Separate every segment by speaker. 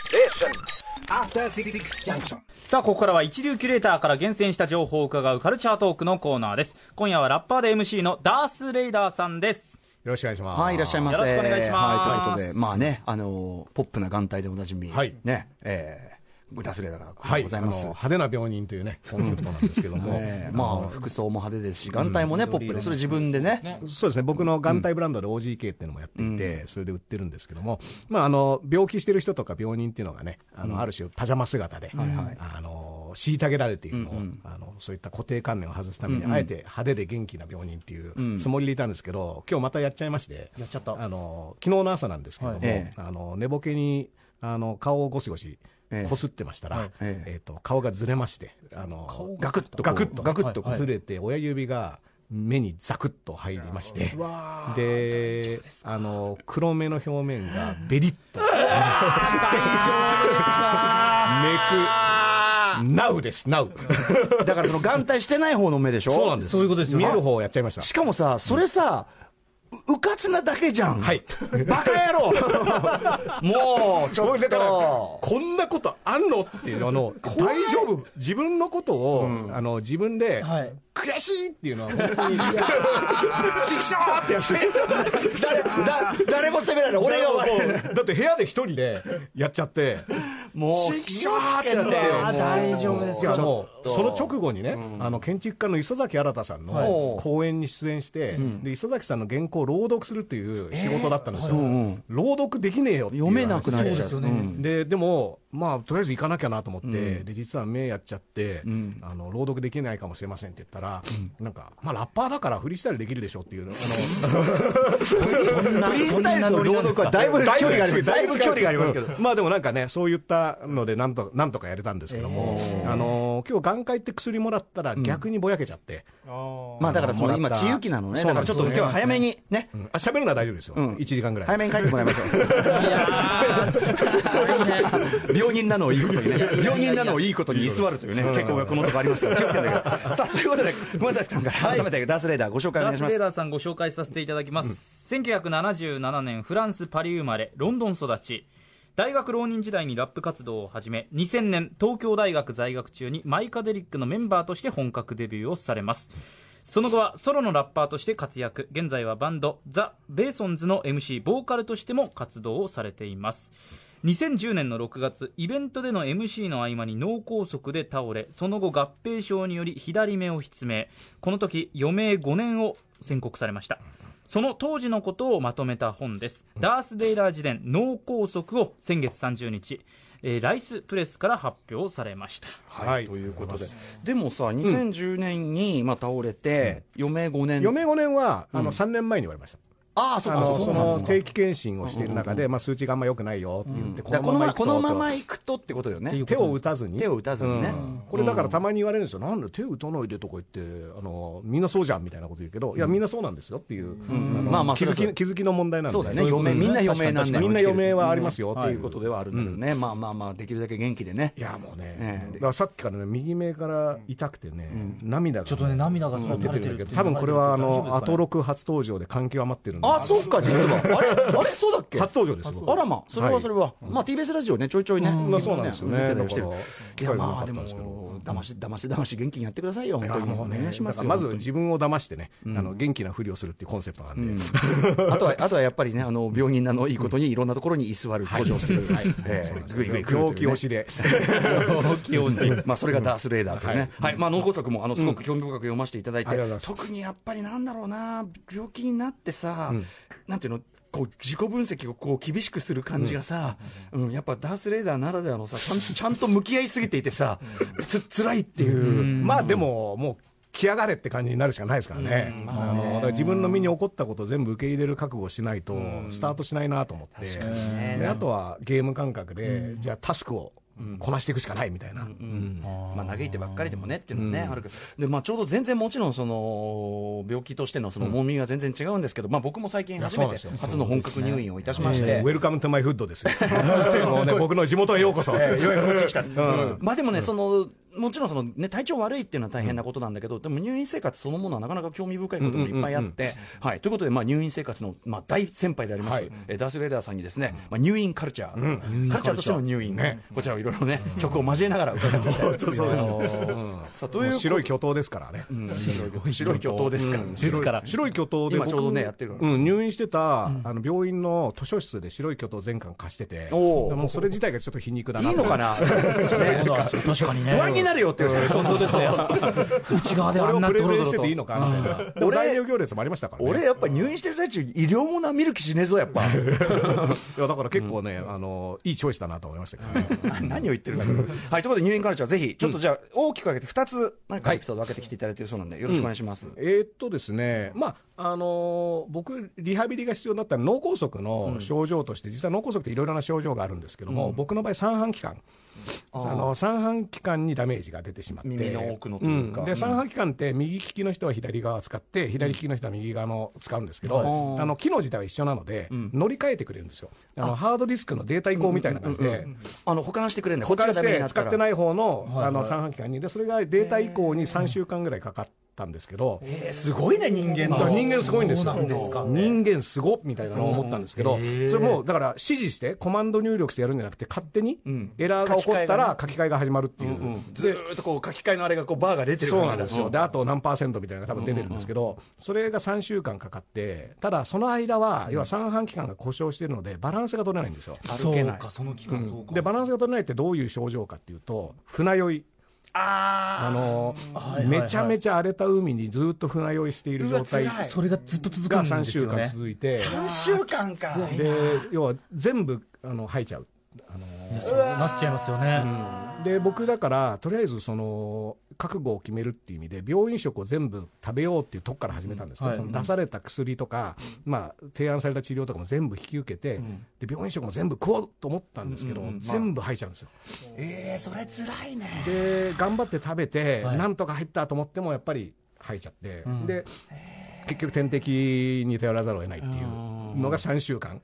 Speaker 1: Station. After Six Junction.
Speaker 2: さあ、ここからは一流キュレーターから厳選した情報を伺うカルチャートークのコーナーです。今夜はラッパーで MC のダース・レイダーさんです。
Speaker 3: よろしくお願いします。
Speaker 4: はい、いらっしゃいませ。
Speaker 2: よろしくお願いします
Speaker 4: はい、ということで、まあね、あのー、ポップな眼帯でおなじみ、
Speaker 3: はい
Speaker 4: ね、えー、ダスレーダーが
Speaker 3: はい、
Speaker 4: ございます。
Speaker 3: あの派手な病人というね、コンセプトなんですけども。
Speaker 4: えーまあ、服装も派手ですし、眼帯もね、ポップで、それ自分でね、
Speaker 3: そうですね僕の眼帯ブランドで OGK っていうのもやっていて、それで売ってるんですけども、まあ、あの病気してる人とか病人っていうのがね、あのある種、パジャマ姿で、あの虐げられているのを、あの、そういった固定観念を外すために、あえて派手で元気な病人っていうつもりでいたんですけど、今日またやっちゃいまして、
Speaker 2: やっちゃった
Speaker 3: あの昨日の朝なんですけども、
Speaker 4: はいええ
Speaker 3: あの寝ぼけにあの顔をゴシゴシ
Speaker 4: ええ
Speaker 3: こすってましたら、
Speaker 2: はい
Speaker 4: ええ
Speaker 3: えっと顔がずれまして、あの
Speaker 4: ガクッとこう、
Speaker 3: ガクッと
Speaker 4: ガクッと
Speaker 3: と擦れて、親指が目にザクッと入りまして、で、あの、黒目の表面がベリッと。 めく、ナウです、ナウ。
Speaker 4: だからその眼帯してない方の目でしょ
Speaker 3: そうなんです。
Speaker 2: そういうことですよね
Speaker 3: 見える方をやっちゃいました。
Speaker 4: しかもさ、それさ、ううかつなだけじゃん。
Speaker 3: はい。
Speaker 4: バカ野郎もう、ちょっ
Speaker 3: 僕だから
Speaker 4: と。
Speaker 3: こんなことあんのっていうあの大丈夫自分のことを、あの自分で、
Speaker 2: はい
Speaker 3: 悔しいっていうのは本当に「 ちくしょう!」ってやって
Speaker 4: 誰、だ誰も責められない。俺が悪い。
Speaker 3: だって部屋で一人でやっちゃって
Speaker 4: もう、
Speaker 3: ちくしょうって
Speaker 4: 気をつけて
Speaker 3: あー
Speaker 2: 大丈夫です
Speaker 3: いやもうその直後にね、あの建築家の磯崎新さんの
Speaker 4: い
Speaker 3: 講演に出演して、で磯崎さんの原稿を朗読するっていう仕事だったんですよ、朗読できねえよっていう話
Speaker 4: 読めなくなっち
Speaker 2: そ
Speaker 4: ゃ
Speaker 2: うで
Speaker 4: う。
Speaker 2: すよね
Speaker 4: うん
Speaker 3: ででも、まあ、とりあえず行かなきゃなと思って、で実は目やっちゃって、あの朗読できないかもしれませんって言ったら、なんか、まあ、ラッパーだからフリースタイルできるでしょっていう、あの
Speaker 4: フリースタイルと朗読はだいぶ距離があります。だいぶ距離がありますけど。
Speaker 3: うんまあでもなんかね、そういったのでなんと、なんとかやれたんですけども、あの今日眼科行って薬もらったら、逆にぼやけちゃって、
Speaker 4: まあだからそ
Speaker 3: も
Speaker 4: の
Speaker 3: らった
Speaker 4: 今、血雪なのね。
Speaker 3: そう
Speaker 4: だ
Speaker 3: な
Speaker 4: から
Speaker 3: んで
Speaker 4: ち
Speaker 3: す
Speaker 4: ょっと今日は早めにね、
Speaker 3: うんあ喋るのは大丈夫ですよ、
Speaker 4: ん
Speaker 3: 1時間ぐらい。
Speaker 4: 早めに帰ってもらいましょ
Speaker 2: いやー、
Speaker 4: う。 病人なのをいいことにね、病人なのをいいことに居座るというね、結構学校のとこありましたから、気をつけてください。さあ、ということで、熊崎さんから改めてダースレーダーご紹介お願
Speaker 2: ダー
Speaker 4: い
Speaker 2: ス・
Speaker 4: しま
Speaker 2: レー
Speaker 4: す。
Speaker 2: ダーさんご紹介させていただきます、1977年フランス・パリ生まれロンドン育ち大学浪人時代にラップ活動を始め2000年東京大学在学中にマイカデリックのメンバーとして本格デビューをされますその後はソロのラッパーとして活躍現在はバンドザ・ベーソンズの MC ボーカルとしても活動をされています2010年の6月イベントでの MC の合間に脳梗塞で倒れその後合併症により左目を失明この時余命5年を宣告されましたその当時のことをまとめた本です「ダース・デイラー自伝脳梗塞」を先月30日、えーライスプレスから発表されました
Speaker 3: はい、
Speaker 4: ということで。でもさ、2010年にまあ倒れて、余命5年。
Speaker 3: 余命5年は、あの3年前に言われました。
Speaker 4: ああ、そっ
Speaker 3: あ
Speaker 4: か
Speaker 3: の
Speaker 4: そ
Speaker 3: そ
Speaker 4: っか
Speaker 3: の。定期検診をしている中で、まあ、数値があんま良くないよって言って、
Speaker 4: だからこのまま、
Speaker 3: 行くと
Speaker 4: このまま行くとってことよね。
Speaker 3: 手を打たずに
Speaker 4: 手を打たずにね
Speaker 3: うんこれだからたまに言われるんですよ、なんで手打たないでとか言ってあのみんなそうじゃんみたいなこと言うけど、いやみんなそうなんですよっていう、の
Speaker 4: まあまあ
Speaker 3: 気づ
Speaker 4: それ
Speaker 3: き
Speaker 4: は
Speaker 3: 気づきの問題なんで
Speaker 4: そうだよね、余命、みんな余命なんだよ
Speaker 3: みんな余命はありますよって
Speaker 4: とい
Speaker 3: いう
Speaker 4: うこ
Speaker 3: こ
Speaker 4: とと
Speaker 3: で
Speaker 4: で
Speaker 3: は、
Speaker 4: はあるんだけどね、まあまあまあ、できるだけ元気でね。
Speaker 3: いやもうね
Speaker 4: え、え
Speaker 3: だからさっきからね右目から痛くてね、涙が
Speaker 2: ちょっとね涙がそう垂
Speaker 3: 出て
Speaker 2: れて
Speaker 3: る
Speaker 2: る
Speaker 3: んだ
Speaker 2: っ
Speaker 3: け
Speaker 2: て
Speaker 3: ど、多分これはあ
Speaker 2: 大丈夫です
Speaker 3: の
Speaker 2: か
Speaker 3: ア
Speaker 2: ね
Speaker 3: トロク初登場で関係余ってるんで、
Speaker 4: あ、そうか、実は。あれ、あれ、そうだっけ
Speaker 3: 初登場ですよ。
Speaker 4: あらま、それはそれは。まあ、TBS ラジオね、ちょいちょいね。
Speaker 3: まあそうなんですよね
Speaker 4: 出てたりしてる
Speaker 3: だか
Speaker 4: い
Speaker 3: ら
Speaker 4: や、まあ、
Speaker 3: 機会
Speaker 4: で
Speaker 3: もなかったんですけど
Speaker 4: も、騙し、騙し、騙し、元気にやってくださいよ、本当に。
Speaker 3: も
Speaker 4: お
Speaker 3: うね
Speaker 4: 願いしますよ。
Speaker 3: だからまず
Speaker 4: 本当に
Speaker 3: 自分を騙してね、あの元気なふりをするっていうコンセプトなんで、
Speaker 4: あとは、あとはやっぱりね、あの、病人なのいいことに、いろんなところに居座る、補助する。ええぐいぐい来るというね
Speaker 3: 病気推しで。
Speaker 4: まあそれがダース・レーダーというね、はいまあ、脳梗塞もあのすごく興味深く読ませていただい
Speaker 3: あ
Speaker 4: て、
Speaker 3: りがとうございます
Speaker 4: 特にやっぱりなんだろうな、病気になってさ、なんていうの、こう自己分析をこう厳しくする感じがさ、うんやっぱダース・レーダーならではのさちゃん、ちゃんと向き合いすぎていてさ、つ辛いっていう、
Speaker 3: まあでも、もう来やがれって感じになるしかないですからね、あのだから自分の身に起こったことを全部受け入れる覚悟をしないと、スタートしないなと思って、であとはゲーム感覚で、じゃあ、タスクをこなしていくしかないみたいな、
Speaker 4: まあ、嘆いてばっかりでもねっていうのはね、あるけどで、まあ、ちょうど全然もちろんその病気としてのその重みが全然違うんですけど、まあ、僕も最近初め
Speaker 3: いや
Speaker 4: て
Speaker 3: そうなんですよ
Speaker 4: 初の本格入院をいたしまし
Speaker 3: え
Speaker 4: て
Speaker 3: ーウ。ェルカムトゥマイ フッドですよ、もうね僕の地元へようこそ。
Speaker 4: うんまあでもね、その、もちろんその、ね、体調悪いっていうのは大変なことなんだけど、でも入院生活そのものはなかなか興味深いこともいっぱいあって、はい、ということで、まあ、入院生活の、まあ、大先輩であります、えーダース・レーダーさんにですね、まあ、入院カルチャー、カルチャーとしての入院、ね、こちらをいろいろね、曲を交えながら伺っていきたいと思います。さあということで
Speaker 3: 白い巨頭ですからね。
Speaker 4: うん白い巨頭ですから、
Speaker 3: うん
Speaker 2: ですから
Speaker 3: 白い巨頭で
Speaker 4: 今
Speaker 3: 僕
Speaker 4: ちょうどねやってるから
Speaker 3: うん、入院してた、あの病院の図書室で白い巨頭全巻貸してて、
Speaker 4: おー
Speaker 3: もうそれ自体がちょっと皮肉だなと
Speaker 4: いいのかな、
Speaker 2: 今度は確かにね
Speaker 4: 不安になるよっていう、そうそうですね、
Speaker 2: 内側で
Speaker 3: こ
Speaker 2: あ
Speaker 3: れ
Speaker 2: ん
Speaker 3: を
Speaker 2: な
Speaker 3: プ
Speaker 2: ドロド
Speaker 3: レゼ
Speaker 2: ロ
Speaker 3: ンし
Speaker 2: と
Speaker 3: てていいのかみたいな。でも
Speaker 4: 俺
Speaker 3: 大名行列もありましたからね。
Speaker 4: 俺、やっぱ入院してる最中、医療もな見る気しねえぞ、やっぱ、
Speaker 3: いやだから結構ね、あのいいチョイスだなと思いましたけどね。
Speaker 4: 何を言ってるんだけ ど、はい、ということで、入院カルチャー、ぜひ、ちょっとじゃあ、大きく分けて、2つ、なんかエピソード分けてきていただいてるそうなんで、よろしくお願いします。
Speaker 3: えーっとですね、まああのー僕、リハビリが必要になったら脳梗塞の症状として、実は脳梗塞っていろいろな症状があるんですけども、僕の場合、三半規管、あの三半規管にダメージが出てしまって、
Speaker 4: 耳の奥のというか
Speaker 3: んで三半規管って右利きの人は左側を使って、左利きの人は右側の使うんですけど、あの機能自体は一緒なので、乗り換えてくれるんですよ、あのハードディスクのデータ移行みたいな感じで。
Speaker 4: あの保管してくれるんだ、こ
Speaker 3: 保
Speaker 4: っちがダ
Speaker 3: 管し
Speaker 4: メに
Speaker 3: て
Speaker 4: なった
Speaker 3: 使
Speaker 4: ら
Speaker 3: ってない方のあの三半規管にでそれがデータ移行に3週間ぐらいかかったんですけど、
Speaker 4: えーすごいね、人間
Speaker 3: だから
Speaker 4: の。
Speaker 3: 人間すごいんです
Speaker 2: そ
Speaker 3: よ
Speaker 2: うなんですか
Speaker 3: 人間すごっみたいなのを思ったんですけど、それもうだから指示してコマンド入力してやるんじゃなくて勝手にエラーが起こったら書き換えが始まるっていう、
Speaker 4: ずーっとこう書き換えのあれがこうバーが出てる
Speaker 3: そう
Speaker 4: 感
Speaker 3: な
Speaker 4: じ
Speaker 3: んですよ、であと何パーセントみたいなのが多分出てるんですけど、それが3週間かかってただその間は要は三半規管が故障してるのでバランスが取れないんですよ
Speaker 2: そうかその期間そうか
Speaker 3: でバランスが取れないってどういう症状かっていうと船酔いあの
Speaker 2: いはいはい
Speaker 3: めちゃめちゃ荒れた海にずっと船酔いしている状態が
Speaker 2: それがずっと続くん
Speaker 3: 3
Speaker 2: です
Speaker 3: 週
Speaker 2: よ
Speaker 3: 間
Speaker 2: ね
Speaker 3: 続いて、
Speaker 4: 3週間か。
Speaker 3: で要は全部あの吐いちゃう
Speaker 2: いやそうなっちゃいますよね
Speaker 3: で僕だからとりあえずその覚悟を決めるっていう意味で病院食を全部食べようっていうとこから始めたんですけど、
Speaker 2: うんはい
Speaker 3: その出された薬とか、まあ、提案された治療とかも全部引き受けて、で病院食も全部食おうと思ったんですけど、全部吐いちゃうんですよ、
Speaker 4: えー、それつらいね。
Speaker 3: で頑張って食べて、
Speaker 2: はい
Speaker 3: なんとか入ったと思ってもやっぱり吐いちゃって、で結局点滴に頼らざるを得ないっていうのが3週間。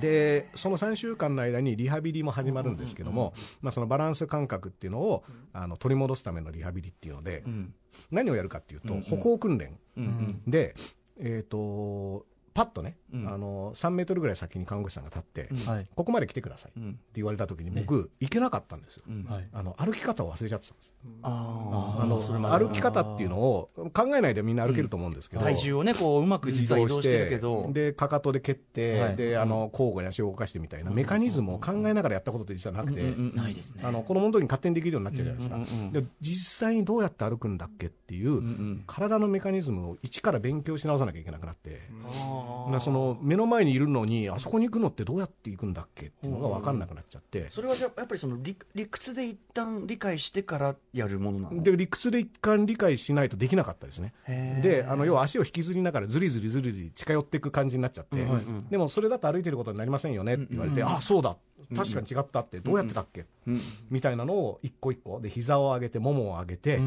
Speaker 3: でその3週間の間にリハビリも始まるんですけども、まあ、そのバランス感覚っていうのをあの取り戻すためのリハビリっていうので、何をやるかっていうと、歩行訓練、で、えー、とパッとね、あの3メートルぐらい先に看護師さんが立って、
Speaker 2: はい
Speaker 3: ここまで来てくださいって言われた時に僕行けなかったんですよ、
Speaker 2: はい
Speaker 3: あの歩き方を忘れちゃってたんですよ
Speaker 2: あ
Speaker 3: あの歩き方っていうのを考えないでみんな歩けると思うんですけど、
Speaker 4: 体重をね、こう、うまく実は移動してるけど。
Speaker 3: でかかとで蹴って、
Speaker 2: はい
Speaker 3: であの交互に足を動かしてみたいなメカニズムを考えながらやったことって実はなくて、
Speaker 2: ないですね
Speaker 3: あの子供の時に勝手にできるようになっちゃうじゃないですか、で実際にどうやって歩くんだっけっていう、体のメカニズムを一から勉強し直さなきゃいけなくなって、なその目の前にいるのにあそこに行くのってどうやって行くんだっけっていうのが分かんなくなっちゃって、
Speaker 4: それはじゃあやっぱりその理理屈で一旦理解してからやるものなの
Speaker 3: で理屈で一貫理解しないとできなかったですねであの要は足を引きずりながらずりずりずりずり近寄っていく感じになっちゃって、でもそれだと歩いてることになりませんよねって言われて、あそうだ確かに違ったってどうやってたっけ、みたいなのを一個一個で膝を上げてももを上げて、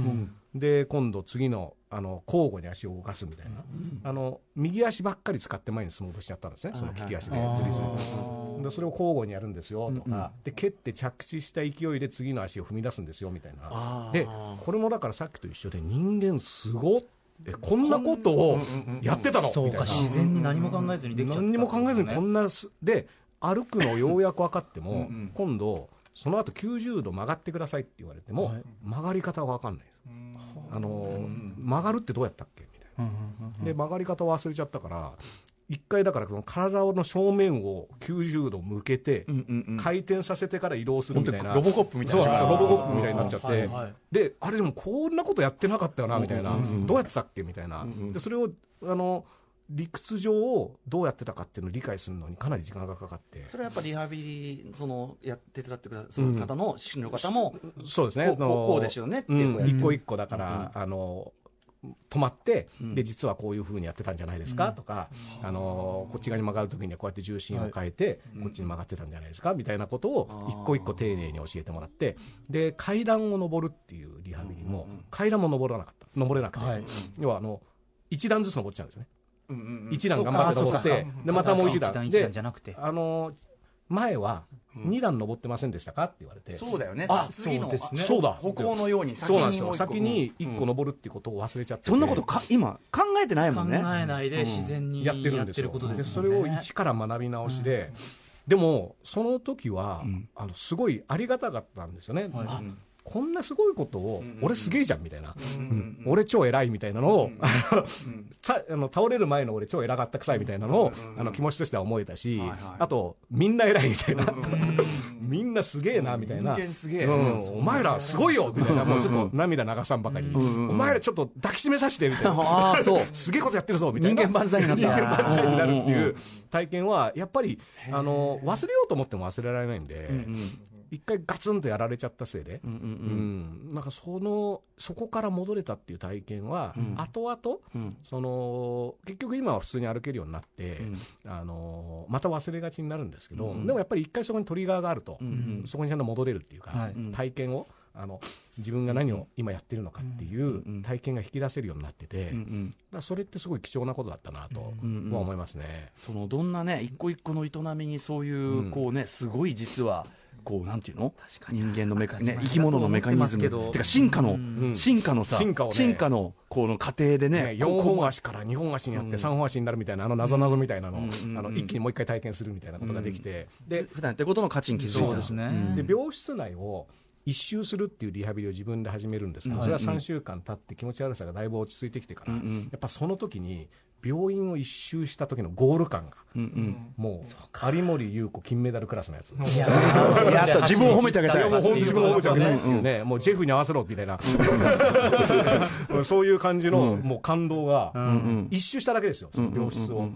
Speaker 3: で今度次のあの交互に足を動かすみたいな、あの右足ばっかり使って前に進もうとしちゃったんですねその利き足でずりずりでそれを交互にやるんですよとか、で蹴って着地した勢いで次の足を踏み出すんですよみたいなでこれもだからさっきと一緒で人間すごっえこんなことをやってたの
Speaker 2: そう
Speaker 3: みたい
Speaker 2: か
Speaker 3: な
Speaker 2: 自然に何も考えずにできちゃった
Speaker 3: 何にも考えずにこんなすで歩くのをようやく分かっても今度その後90度曲がってくださいって言われても、
Speaker 2: はい
Speaker 3: 曲がり方が分かんないです、あの曲がるってどうやったっけみたいな
Speaker 2: うんうん
Speaker 3: で曲がり方を忘れちゃったから一回だからその体の正面を90度向けて回転させてから移動するみたいな
Speaker 4: ロボコップみたい
Speaker 3: そう
Speaker 4: な
Speaker 3: そうロボコップみたいになっちゃって、
Speaker 2: はいはい
Speaker 3: であれでもこんなことやってなかったよなみたいな、どうやってたっけみたいな、でそれをあの理屈上をどうやってたかっていうのを理解するのにかなり時間がかかって
Speaker 4: それはやっぱリハビリそのや手伝ってくださるその方の診療方も、
Speaker 3: そうですね
Speaker 4: こう
Speaker 3: あの
Speaker 4: こうこうですよねって
Speaker 3: う
Speaker 4: いうこうや
Speaker 3: ん、
Speaker 4: って
Speaker 3: 一個一個だから、あの止まって、で実はこういうふうにやってたんじゃないですか、とか、あのこっち側に曲がるときにはこうやって重心を変えて、こっちに曲がってたんじゃないですかみたいなことを一個一個丁寧に教えてもらってで階段を登るっていうリハビリも、階段も登らなかった登れなくて、
Speaker 2: はい
Speaker 3: 要はあの一段ずつ登っちゃうんですよね、
Speaker 4: うんうんうん
Speaker 3: 一段頑張って登って
Speaker 2: そうか
Speaker 3: でまたもう一
Speaker 2: 片
Speaker 3: 段
Speaker 2: 足一段一
Speaker 3: で
Speaker 2: 段じゃなくて
Speaker 3: あの前は2段登ってませんでしたかって言われて、
Speaker 5: そうだよね
Speaker 4: あ
Speaker 5: 次の
Speaker 4: そうですね
Speaker 3: そうだ
Speaker 5: 歩行のように先
Speaker 3: そうなんで
Speaker 5: に
Speaker 3: す
Speaker 5: もう
Speaker 3: よ
Speaker 5: 一個
Speaker 3: 先に1個登るっていうことを忘れちゃってて
Speaker 4: そんなことか今考えてないも
Speaker 2: 考
Speaker 4: んね
Speaker 2: えないで自然に
Speaker 3: や
Speaker 2: や
Speaker 3: っ
Speaker 2: って
Speaker 3: るんです
Speaker 2: て
Speaker 3: よ
Speaker 2: ることです
Speaker 3: そ
Speaker 2: もん
Speaker 3: れ
Speaker 2: ね
Speaker 3: を一から学び直しで、でもその時は、あのすごいありがたかったんですよね、あこんなすごいことを、俺すげえじゃんみたいな、うん俺超偉いみたいなのを、 さあの倒れる前の俺超偉かったくさいみたいなのを、あの気持ちとしては思えたし、あとみんな偉いみたいな、みんなすげえなみたいな、
Speaker 5: 人間すげえ
Speaker 3: うんお前らすごいよみたいな、もうちょっと涙流さんばかりに、お前らちょっと抱きしめさせてみたいな。
Speaker 4: ああそう
Speaker 3: すげえことやってるぞみたい
Speaker 4: 人
Speaker 3: な
Speaker 4: 間万歳になった
Speaker 3: 人間万歳になるっていう体験はやっぱりあの忘れようと思っても忘れられないんで、一回ガツンとやられちゃったせいで、
Speaker 4: うんうんうん
Speaker 3: うんなんかそのそこから戻れたっていう体験は、後々、
Speaker 4: うん
Speaker 3: その結局今は普通に歩けるようになって、
Speaker 4: ん
Speaker 3: あのまた忘れがちになるんですけど、でもやっぱり一回そこにトリガーがあると、
Speaker 4: ん
Speaker 3: そこにちゃんと戻れるっていうか、
Speaker 2: はい
Speaker 3: 体験をあの自分が何を今やってるのかっていう
Speaker 4: うん
Speaker 3: 体験が引き出せるようになってて、
Speaker 4: うんうん
Speaker 3: だからそれってすごい貴重なことだったなとは
Speaker 4: うんうん
Speaker 3: 思いますね。
Speaker 4: そのどんなね一個一個の営みにそういうこうねすごい実はこうなんていうの人間のメカね生き物のメカニズム
Speaker 2: わかりますけど
Speaker 4: てか進化の
Speaker 3: ん
Speaker 4: 進化のさ
Speaker 3: 進化をね
Speaker 4: 進化のこの過程で
Speaker 3: ね、
Speaker 4: ねこ
Speaker 3: 4
Speaker 4: うこう
Speaker 3: 本足から2本足になって3本足になるみたいなあの謎々みたいなのを、
Speaker 4: うん
Speaker 3: あの一気にもう一回体験するみたいなことができて、
Speaker 4: で普段やってることの価値に気づいた
Speaker 2: そうですねうん
Speaker 3: で病室内を一周するっていうリハビリを自分で始めるんですけど、それは3週間経って気持ち悪さがだいぶ落ち着いてきてから、やっぱその時に病院を一周した時のゴール感が、もう有森裕子金メダルクラスのやつ。
Speaker 2: いや
Speaker 4: やった自分を褒めてあげたい
Speaker 2: いやもう
Speaker 3: 本当
Speaker 2: 本当に自
Speaker 3: に自分
Speaker 2: 分
Speaker 3: を
Speaker 2: を
Speaker 3: 覚
Speaker 2: 褒めてあげた
Speaker 3: えてあげたい
Speaker 2: い
Speaker 3: っていうね、もうジェフに合わせろみたいな、 そういう感じのもう感動が、一周しただけですよ、その病室を。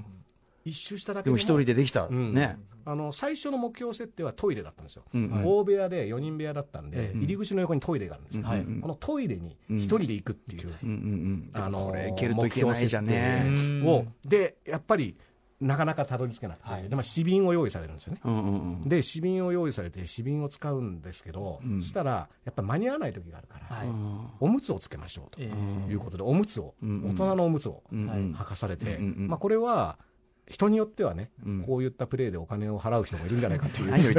Speaker 3: 一周しただけ
Speaker 4: でも一人
Speaker 3: で
Speaker 4: でできた
Speaker 3: ん
Speaker 4: ね
Speaker 3: も。あの最初の目標設定はトイレだったんですよ、
Speaker 4: んはい
Speaker 3: 大部屋で4人部屋だったんで、入り口の横にトイレがあるんですけど、
Speaker 2: はい
Speaker 3: このトイレに一人で行くっていう、
Speaker 4: うんうんうん
Speaker 3: あの
Speaker 4: これいけるといけないじゃんね
Speaker 3: 目標設定をでやっぱりなかなかたどり着けなくて、でまあ、紙瓶を用意されるんですよね、
Speaker 4: うんうんうん
Speaker 3: で紙瓶を用意されて紙瓶を使うんですけど、そしたらやっぱり間に合わない時があるから、
Speaker 2: はい
Speaker 3: おむつをつけましょうと
Speaker 2: え
Speaker 3: いうことで、おむつを、
Speaker 4: ん
Speaker 3: 大人のおむつを
Speaker 4: んうん
Speaker 3: 履かされて、
Speaker 4: うんうん
Speaker 3: まあ、これは人によってはね、
Speaker 4: ん
Speaker 3: こういったプレーでお金を払う人もいるんじゃないかって いう。
Speaker 4: 何を言っ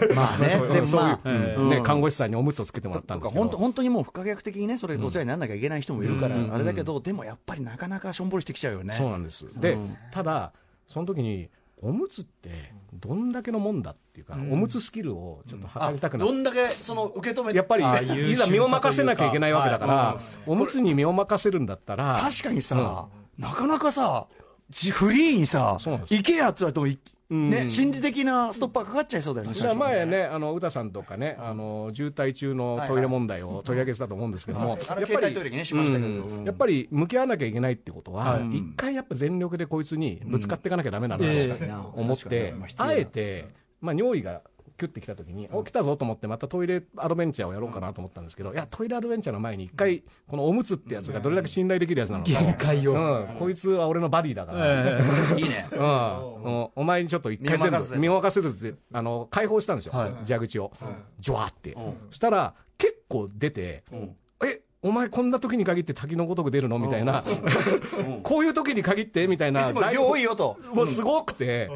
Speaker 4: てるまあね
Speaker 3: そう
Speaker 4: で
Speaker 3: うんそういう
Speaker 4: まあ
Speaker 2: え
Speaker 4: え
Speaker 3: ね、看護師さんにおむつをつけてもらったんですけど
Speaker 4: 本当本当にもう不可逆的にね、それ、お世話にならなきゃいけない人もいるから、あれだけど、でもやっぱりなかなかしょんぼりしてきちゃうよね。
Speaker 3: そうなんです、でただその時におむつってどんだけのもんだっていうか、おむつスキルをちょっと測りたくなっ
Speaker 5: どんだけその受け止めて
Speaker 3: やっぱ
Speaker 2: ああ
Speaker 3: り、
Speaker 2: 優
Speaker 3: い
Speaker 2: 秀
Speaker 3: ざ
Speaker 2: さ
Speaker 3: 身を任せなきゃいけないわけだから、
Speaker 2: はい
Speaker 3: おむつに身を任せるんだったら、
Speaker 4: 確かにさ、なかなかさ、じフリーにさ、
Speaker 3: そうなんです
Speaker 4: 行けやっつられてもい、
Speaker 3: ん
Speaker 4: ね、心理的なストッパーかかっちゃいそうだよね。
Speaker 3: だから前ね、あの、歌さんとかね、あの、渋滞中のトイレ問題を取り上げてたと思うんですけども、
Speaker 5: あの
Speaker 3: や
Speaker 5: 携
Speaker 3: っぱ
Speaker 5: 帯
Speaker 3: り
Speaker 5: トイレにねしましたけど
Speaker 3: うんやっぱり向き合わなきゃいけないってことは、一回やっぱ全力でこいつにぶつかっていかなきゃだめなんだ
Speaker 2: うん
Speaker 3: と
Speaker 2: 確か
Speaker 3: 思って、あえて、まあ、尿意がキュッてきたときに、お、来たぞと思って、またトイレアドベンチャーをやろうかなと思ったんですけど、いや、トイレアドベンチャーの前に一回、このおむつってやつがどれだけ信頼できるやつなのか
Speaker 2: 限界を
Speaker 3: うんこいつは俺のバディだから、
Speaker 2: え
Speaker 5: いいね
Speaker 3: うん、おお前にちょっと一回
Speaker 5: 身を
Speaker 3: 全
Speaker 5: 任せ
Speaker 3: 部
Speaker 5: て
Speaker 3: 身を任せるってあの解放したんですよ、蛇口を、ジョワーって、そしたら結構出て、えお前こんな時に限って滝のごとく出るのみたいな、 こういう時に限ってみたいない
Speaker 5: つも量多いよと
Speaker 3: もうすごくて、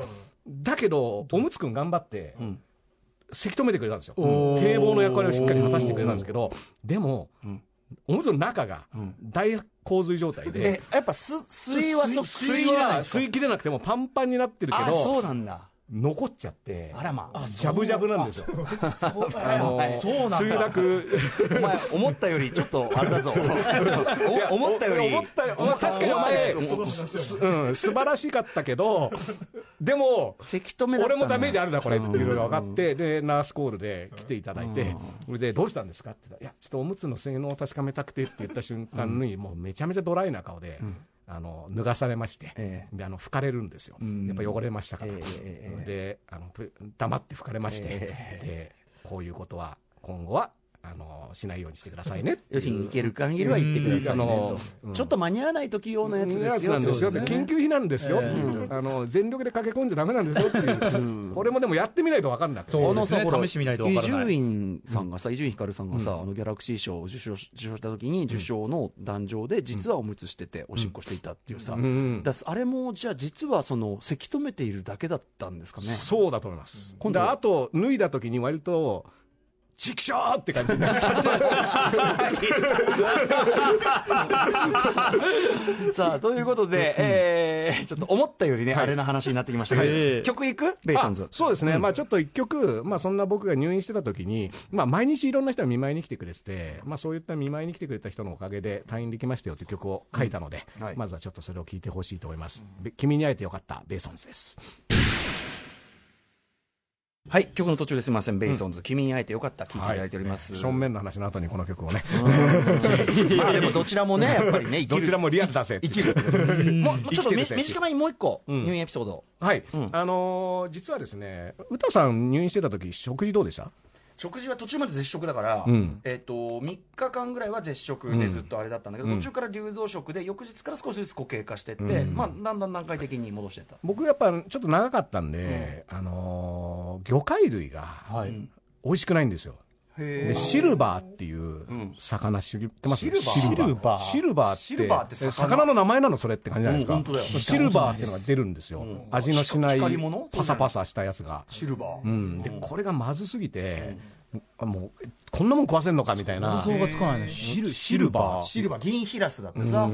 Speaker 3: だけどおむつくん頑張って、
Speaker 4: ん
Speaker 3: せき止めてくれたんですよ堤防の役割をしっかり果たしてくれたんですけどでも、おむつの中が大洪水状態で
Speaker 4: え、やっぱす水はそ
Speaker 3: 吸いは吸い切れなくてもパンパンになってるけ
Speaker 4: あ、
Speaker 3: ど
Speaker 4: そうなんだ。
Speaker 3: 残っちゃって
Speaker 4: あらまあ。
Speaker 3: ジャブジャブなんですよあの
Speaker 2: そうなん
Speaker 3: 墜
Speaker 2: だ
Speaker 3: 落
Speaker 5: お前思ったよりちょっとあれ だぞお思ったより
Speaker 3: 思ったよまあ確かにお前すうん素晴らしかったけどでも
Speaker 4: せき止めだった
Speaker 3: 俺
Speaker 4: んだ
Speaker 3: もダメージあるなこれっていうのが分かってでナースコールで来ていただいてそれでどうしたんですかって言ったらいやちょっとおむつの性能を確かめたくてって言った瞬間にもうめちゃめちゃドライな顔であの脱がされまして
Speaker 4: え
Speaker 3: であの拭かれるんですよやっぱ汚れましたから
Speaker 4: ええええ
Speaker 3: であのぷ黙って拭かれましてでこういうことは今後はあのしないようにしてくださいねっていう
Speaker 4: 要するに行ける限りは行ってくださいねと、ちょっと間に合わない時用のやつですよ
Speaker 3: なんですよって緊急避難ですよ、
Speaker 2: え
Speaker 3: あの全力で駆け込んじゃだめなんですよっ ていう、これもでもやってみないと分かんなくて、
Speaker 2: そう
Speaker 4: あのさ
Speaker 2: ですね
Speaker 4: ほら
Speaker 2: 試してみないとわからない
Speaker 4: 伊集院さんがさ、伊集院光さんがさ、あのギャラクシー賞を受賞し受賞した時に、受賞の壇上で、実はおむつしてて、おしっこしていたっていうさ、
Speaker 3: ん
Speaker 4: だあれもじゃあ、実はその、せき止めているだけだったんですかね。
Speaker 3: そうだと思います。今度あと脱いだ時に割とチクショーって感じになる
Speaker 5: さあ、ということで、えーちょっと思ったよりね、あれな話になってきましたけど、
Speaker 2: はい
Speaker 5: 曲いくベイサンズ
Speaker 3: あ。 そうですね、まあちょっと一曲、まあそんな僕が入院してた時に、まあ毎日いろんな人が見舞いに来てくれてて、まあそういった見舞いに来てくれた人のおかげで退院できましたよという曲を書いたので、
Speaker 5: はい
Speaker 3: まずはちょっとそれを聞いてほしいと思います。べ君に会えてよかった、ベイソンズです。
Speaker 5: はい、曲の途中ですいません、ベイソンズ、君に会えてよかった、聞いていただいております。
Speaker 3: 正面の話の後にこの曲をね、
Speaker 5: まあでもどちらもね、やっぱりね、生
Speaker 3: ど
Speaker 5: き
Speaker 3: ちら
Speaker 5: る。
Speaker 3: もリアルだぜって
Speaker 5: 生
Speaker 3: いう
Speaker 5: きる。もうちょっとみ
Speaker 3: 生きてるぜ
Speaker 5: 短めにもう一個、
Speaker 3: ん
Speaker 5: 入院エピソード。
Speaker 3: はい、あのー実はですね、歌さん入院してた時食事どうでした
Speaker 5: 食事は途中まで絶食だから、
Speaker 3: うん
Speaker 5: えっと3日間ぐらいは絶食でずっとあれだったんだけど、途中から流動食で翌日から少しずつ固形化していって、まあ、だんだん段階的に戻していった
Speaker 3: 僕やっぱちょっと長かったんで、あのー魚介類が
Speaker 2: はい
Speaker 3: 美味しくないんですよ。でシルバーっていう魚知ってます、シルバーシルバー
Speaker 5: シ
Speaker 3: シ
Speaker 5: ル
Speaker 3: ル
Speaker 5: バー
Speaker 3: バー
Speaker 5: っ
Speaker 3: ってて
Speaker 5: 魚
Speaker 3: 魚の名前なのそれって感じじゃないで
Speaker 5: う
Speaker 3: すか、
Speaker 5: ん本当だよ
Speaker 3: シルバーっていうのが出るんですよ、味のしない
Speaker 5: 光り物
Speaker 3: パサパサしたやつが、
Speaker 5: シルバー、
Speaker 3: うん、でこれがまずすぎて、あもうこんなもん食わせんのかみたいな
Speaker 2: 想像がつかないねシル
Speaker 3: シルバー
Speaker 5: シルバー銀ヒラスだってさ、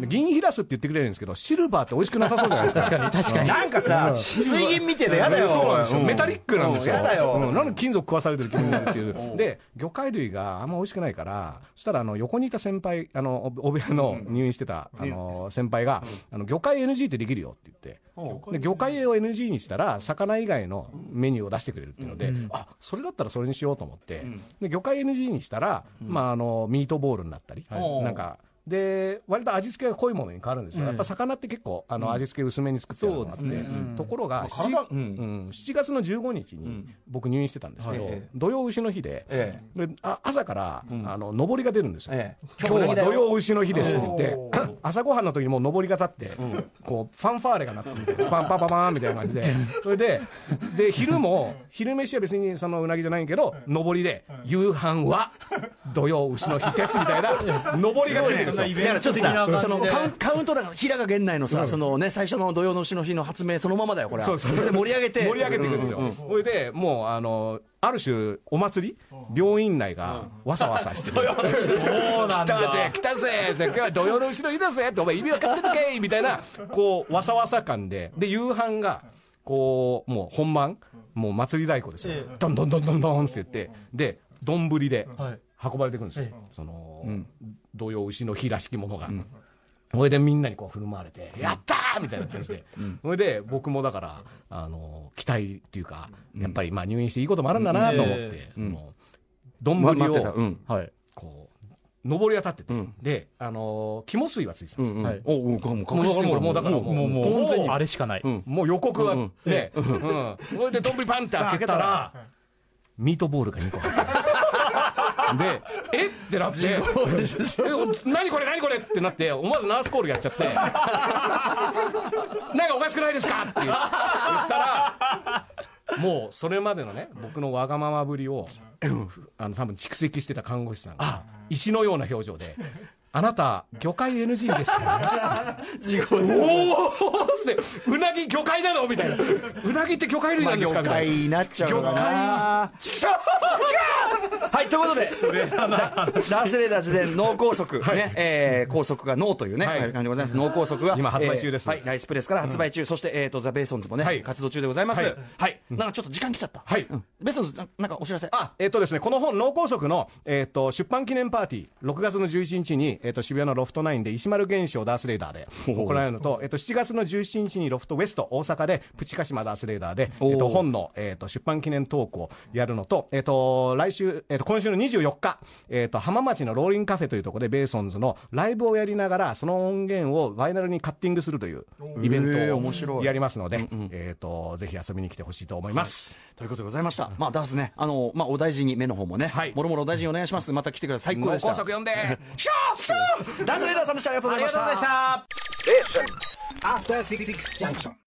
Speaker 3: で銀ヒラスって言ってくれるんですけどシルバーって美味しくなさそうじゃないですか確かに
Speaker 2: 確かに
Speaker 5: なんかさ水銀見ててやだよ
Speaker 3: そうなんですよ、メタリックなんですよ、
Speaker 5: うんやだよ
Speaker 3: うんなのに金属食わされてる気分になるっていう、で魚介類があんま美味しくないから、そしたらあの横にいた先輩、あのおお部屋の入院してた、あの先輩が、あの魚介 NG ってできるよって言って、で魚介を NG にしたら、魚以外のメニューを出してくれるっていうので、あそれだったらそれにしようと思って、で魚介 NG にしたら、まあ、あのミートボールになったり、
Speaker 5: はい
Speaker 3: なんか。で割と味付けが濃いものに変わるんですよ、やっぱ魚って結構あの味付け薄めに作ってあるのがあって、ところが、
Speaker 5: 体うん
Speaker 3: うん、7月の15日に僕入院してたんですけど、土曜牛の日で,、
Speaker 5: え
Speaker 3: であ朝から、あの上りが出るんですよ、
Speaker 5: ええ
Speaker 3: 今日は土曜牛の日ですって言って、朝ごはんの時にもう上りが立って、こうファンファーレが鳴っててパンパンパンパンみたいな感じで それでで昼も昼飯は別にそのうなぎじゃないけど上りで夕飯は土曜牛の日 ですみたいな上りが出るんです
Speaker 4: だからちょっと
Speaker 3: よ
Speaker 4: さ
Speaker 2: イベント的な感じで
Speaker 4: そのカウンカウントだから平賀源内のさ、そのね、最初の土曜の牛の日の発明そのままだよこれは
Speaker 3: そうそう
Speaker 4: れで盛り上げて
Speaker 3: 盛り上げていくんですよ、それでもうあのある種お祭り病院内がわさわさ してる
Speaker 2: そうなん
Speaker 3: 来たぜ
Speaker 2: だ
Speaker 3: 来たぜ今日は土曜の後ろ日だぜってお前意味わかってるかいみたいなこうわさわさ感でで夕飯がこうもう本番もう祭り太鼓ですよ、どんどんどんどんどんって言ってで丼で
Speaker 2: はい
Speaker 3: 運ばれてくるんですよ、その、土曜牛の日らしきものが。それでみんなにこう振る舞われて、やったーみたいな感じで、それで僕もだから、あの期待っていうか、やっぱりまあ入院していいこともあるんだなと思って、その丼、
Speaker 4: ま待ってた
Speaker 3: を、
Speaker 4: うん
Speaker 2: はい
Speaker 3: こう、上りが立ってて、
Speaker 4: うん
Speaker 3: で、あのー肝水はついてたんですよ。
Speaker 4: うん
Speaker 2: はい
Speaker 4: おうおうもう
Speaker 3: もうだからもうだからもう
Speaker 2: もうもう
Speaker 3: 完全に
Speaker 2: あれしかない
Speaker 4: ん
Speaker 3: もう予告は
Speaker 4: うんう
Speaker 3: ね
Speaker 4: ん、
Speaker 3: うん、それで丼パンって開けたら、ミートボールが2個入 ってたで、えってなって、え何これ、何これってなって、思わずナースコールやっちゃって、 なんかおかしくないですかって言ったら、もうそれまでのね、僕のわがままぶりを、あの多分蓄積してた看護師さんが、石のような表情で、あなた、魚介 NG ですよね。おおって、うなぎ魚介なのみたいな。うなぎって魚介類なんですかみたいな。
Speaker 5: になっちゃ
Speaker 3: 魚介、ちくしょう
Speaker 5: はい、ということで、ダダースレーダーズで脳梗塞、ね、えー、拘束が脳というね、
Speaker 3: はい
Speaker 5: 感じでございます。脳梗塞は、
Speaker 3: 今発売中です
Speaker 5: えーはい、ライスプレスから発売中、そして、えっ、と、ザ・ベーソンズもね、
Speaker 3: はい
Speaker 5: 活動中でございます。は
Speaker 3: はいい。
Speaker 5: なんかちょっと時間来ちゃった。
Speaker 3: はい
Speaker 5: うんベーソンズ、ななんかお知らせ。
Speaker 3: あ、えっ、とですね、この本、脳梗塞の、えっ、と、出版記念パーティー、6月の11日に、えっ、と、渋谷のロフトナインで石丸現象ダースレーダーで行うのと、えっ、と、7月の17日にロフトウエスト大阪で、プチカシマダースレーダーで、えっ、と、本の、えっ、と、出版記念トークをやるのと、えっ、と、来週、えっ、と、今週の24日、えっ、と、浜町のローリンカフェというところで、ベーソンズのライブをやりながら、その音源をバイナルにカッティングするというイベ
Speaker 4: え
Speaker 3: ン
Speaker 4: ー
Speaker 3: ト
Speaker 4: 面白
Speaker 3: を
Speaker 4: い
Speaker 3: やりますので、えっ、と、ぜひ遊びに来てほしいと思います。
Speaker 4: ということでございました。まあ、ダースね、あの、まあ、お大事に、目の方もね、
Speaker 3: はい
Speaker 4: もろもろお大事にお願いします。また来てください。最高でした。
Speaker 3: 高速呼んで
Speaker 4: ダースレーダーさんでした。ありがとう
Speaker 2: あ
Speaker 4: ございまし
Speaker 2: りがとうござい
Speaker 4: た
Speaker 2: まし。た
Speaker 1: After Six Junction.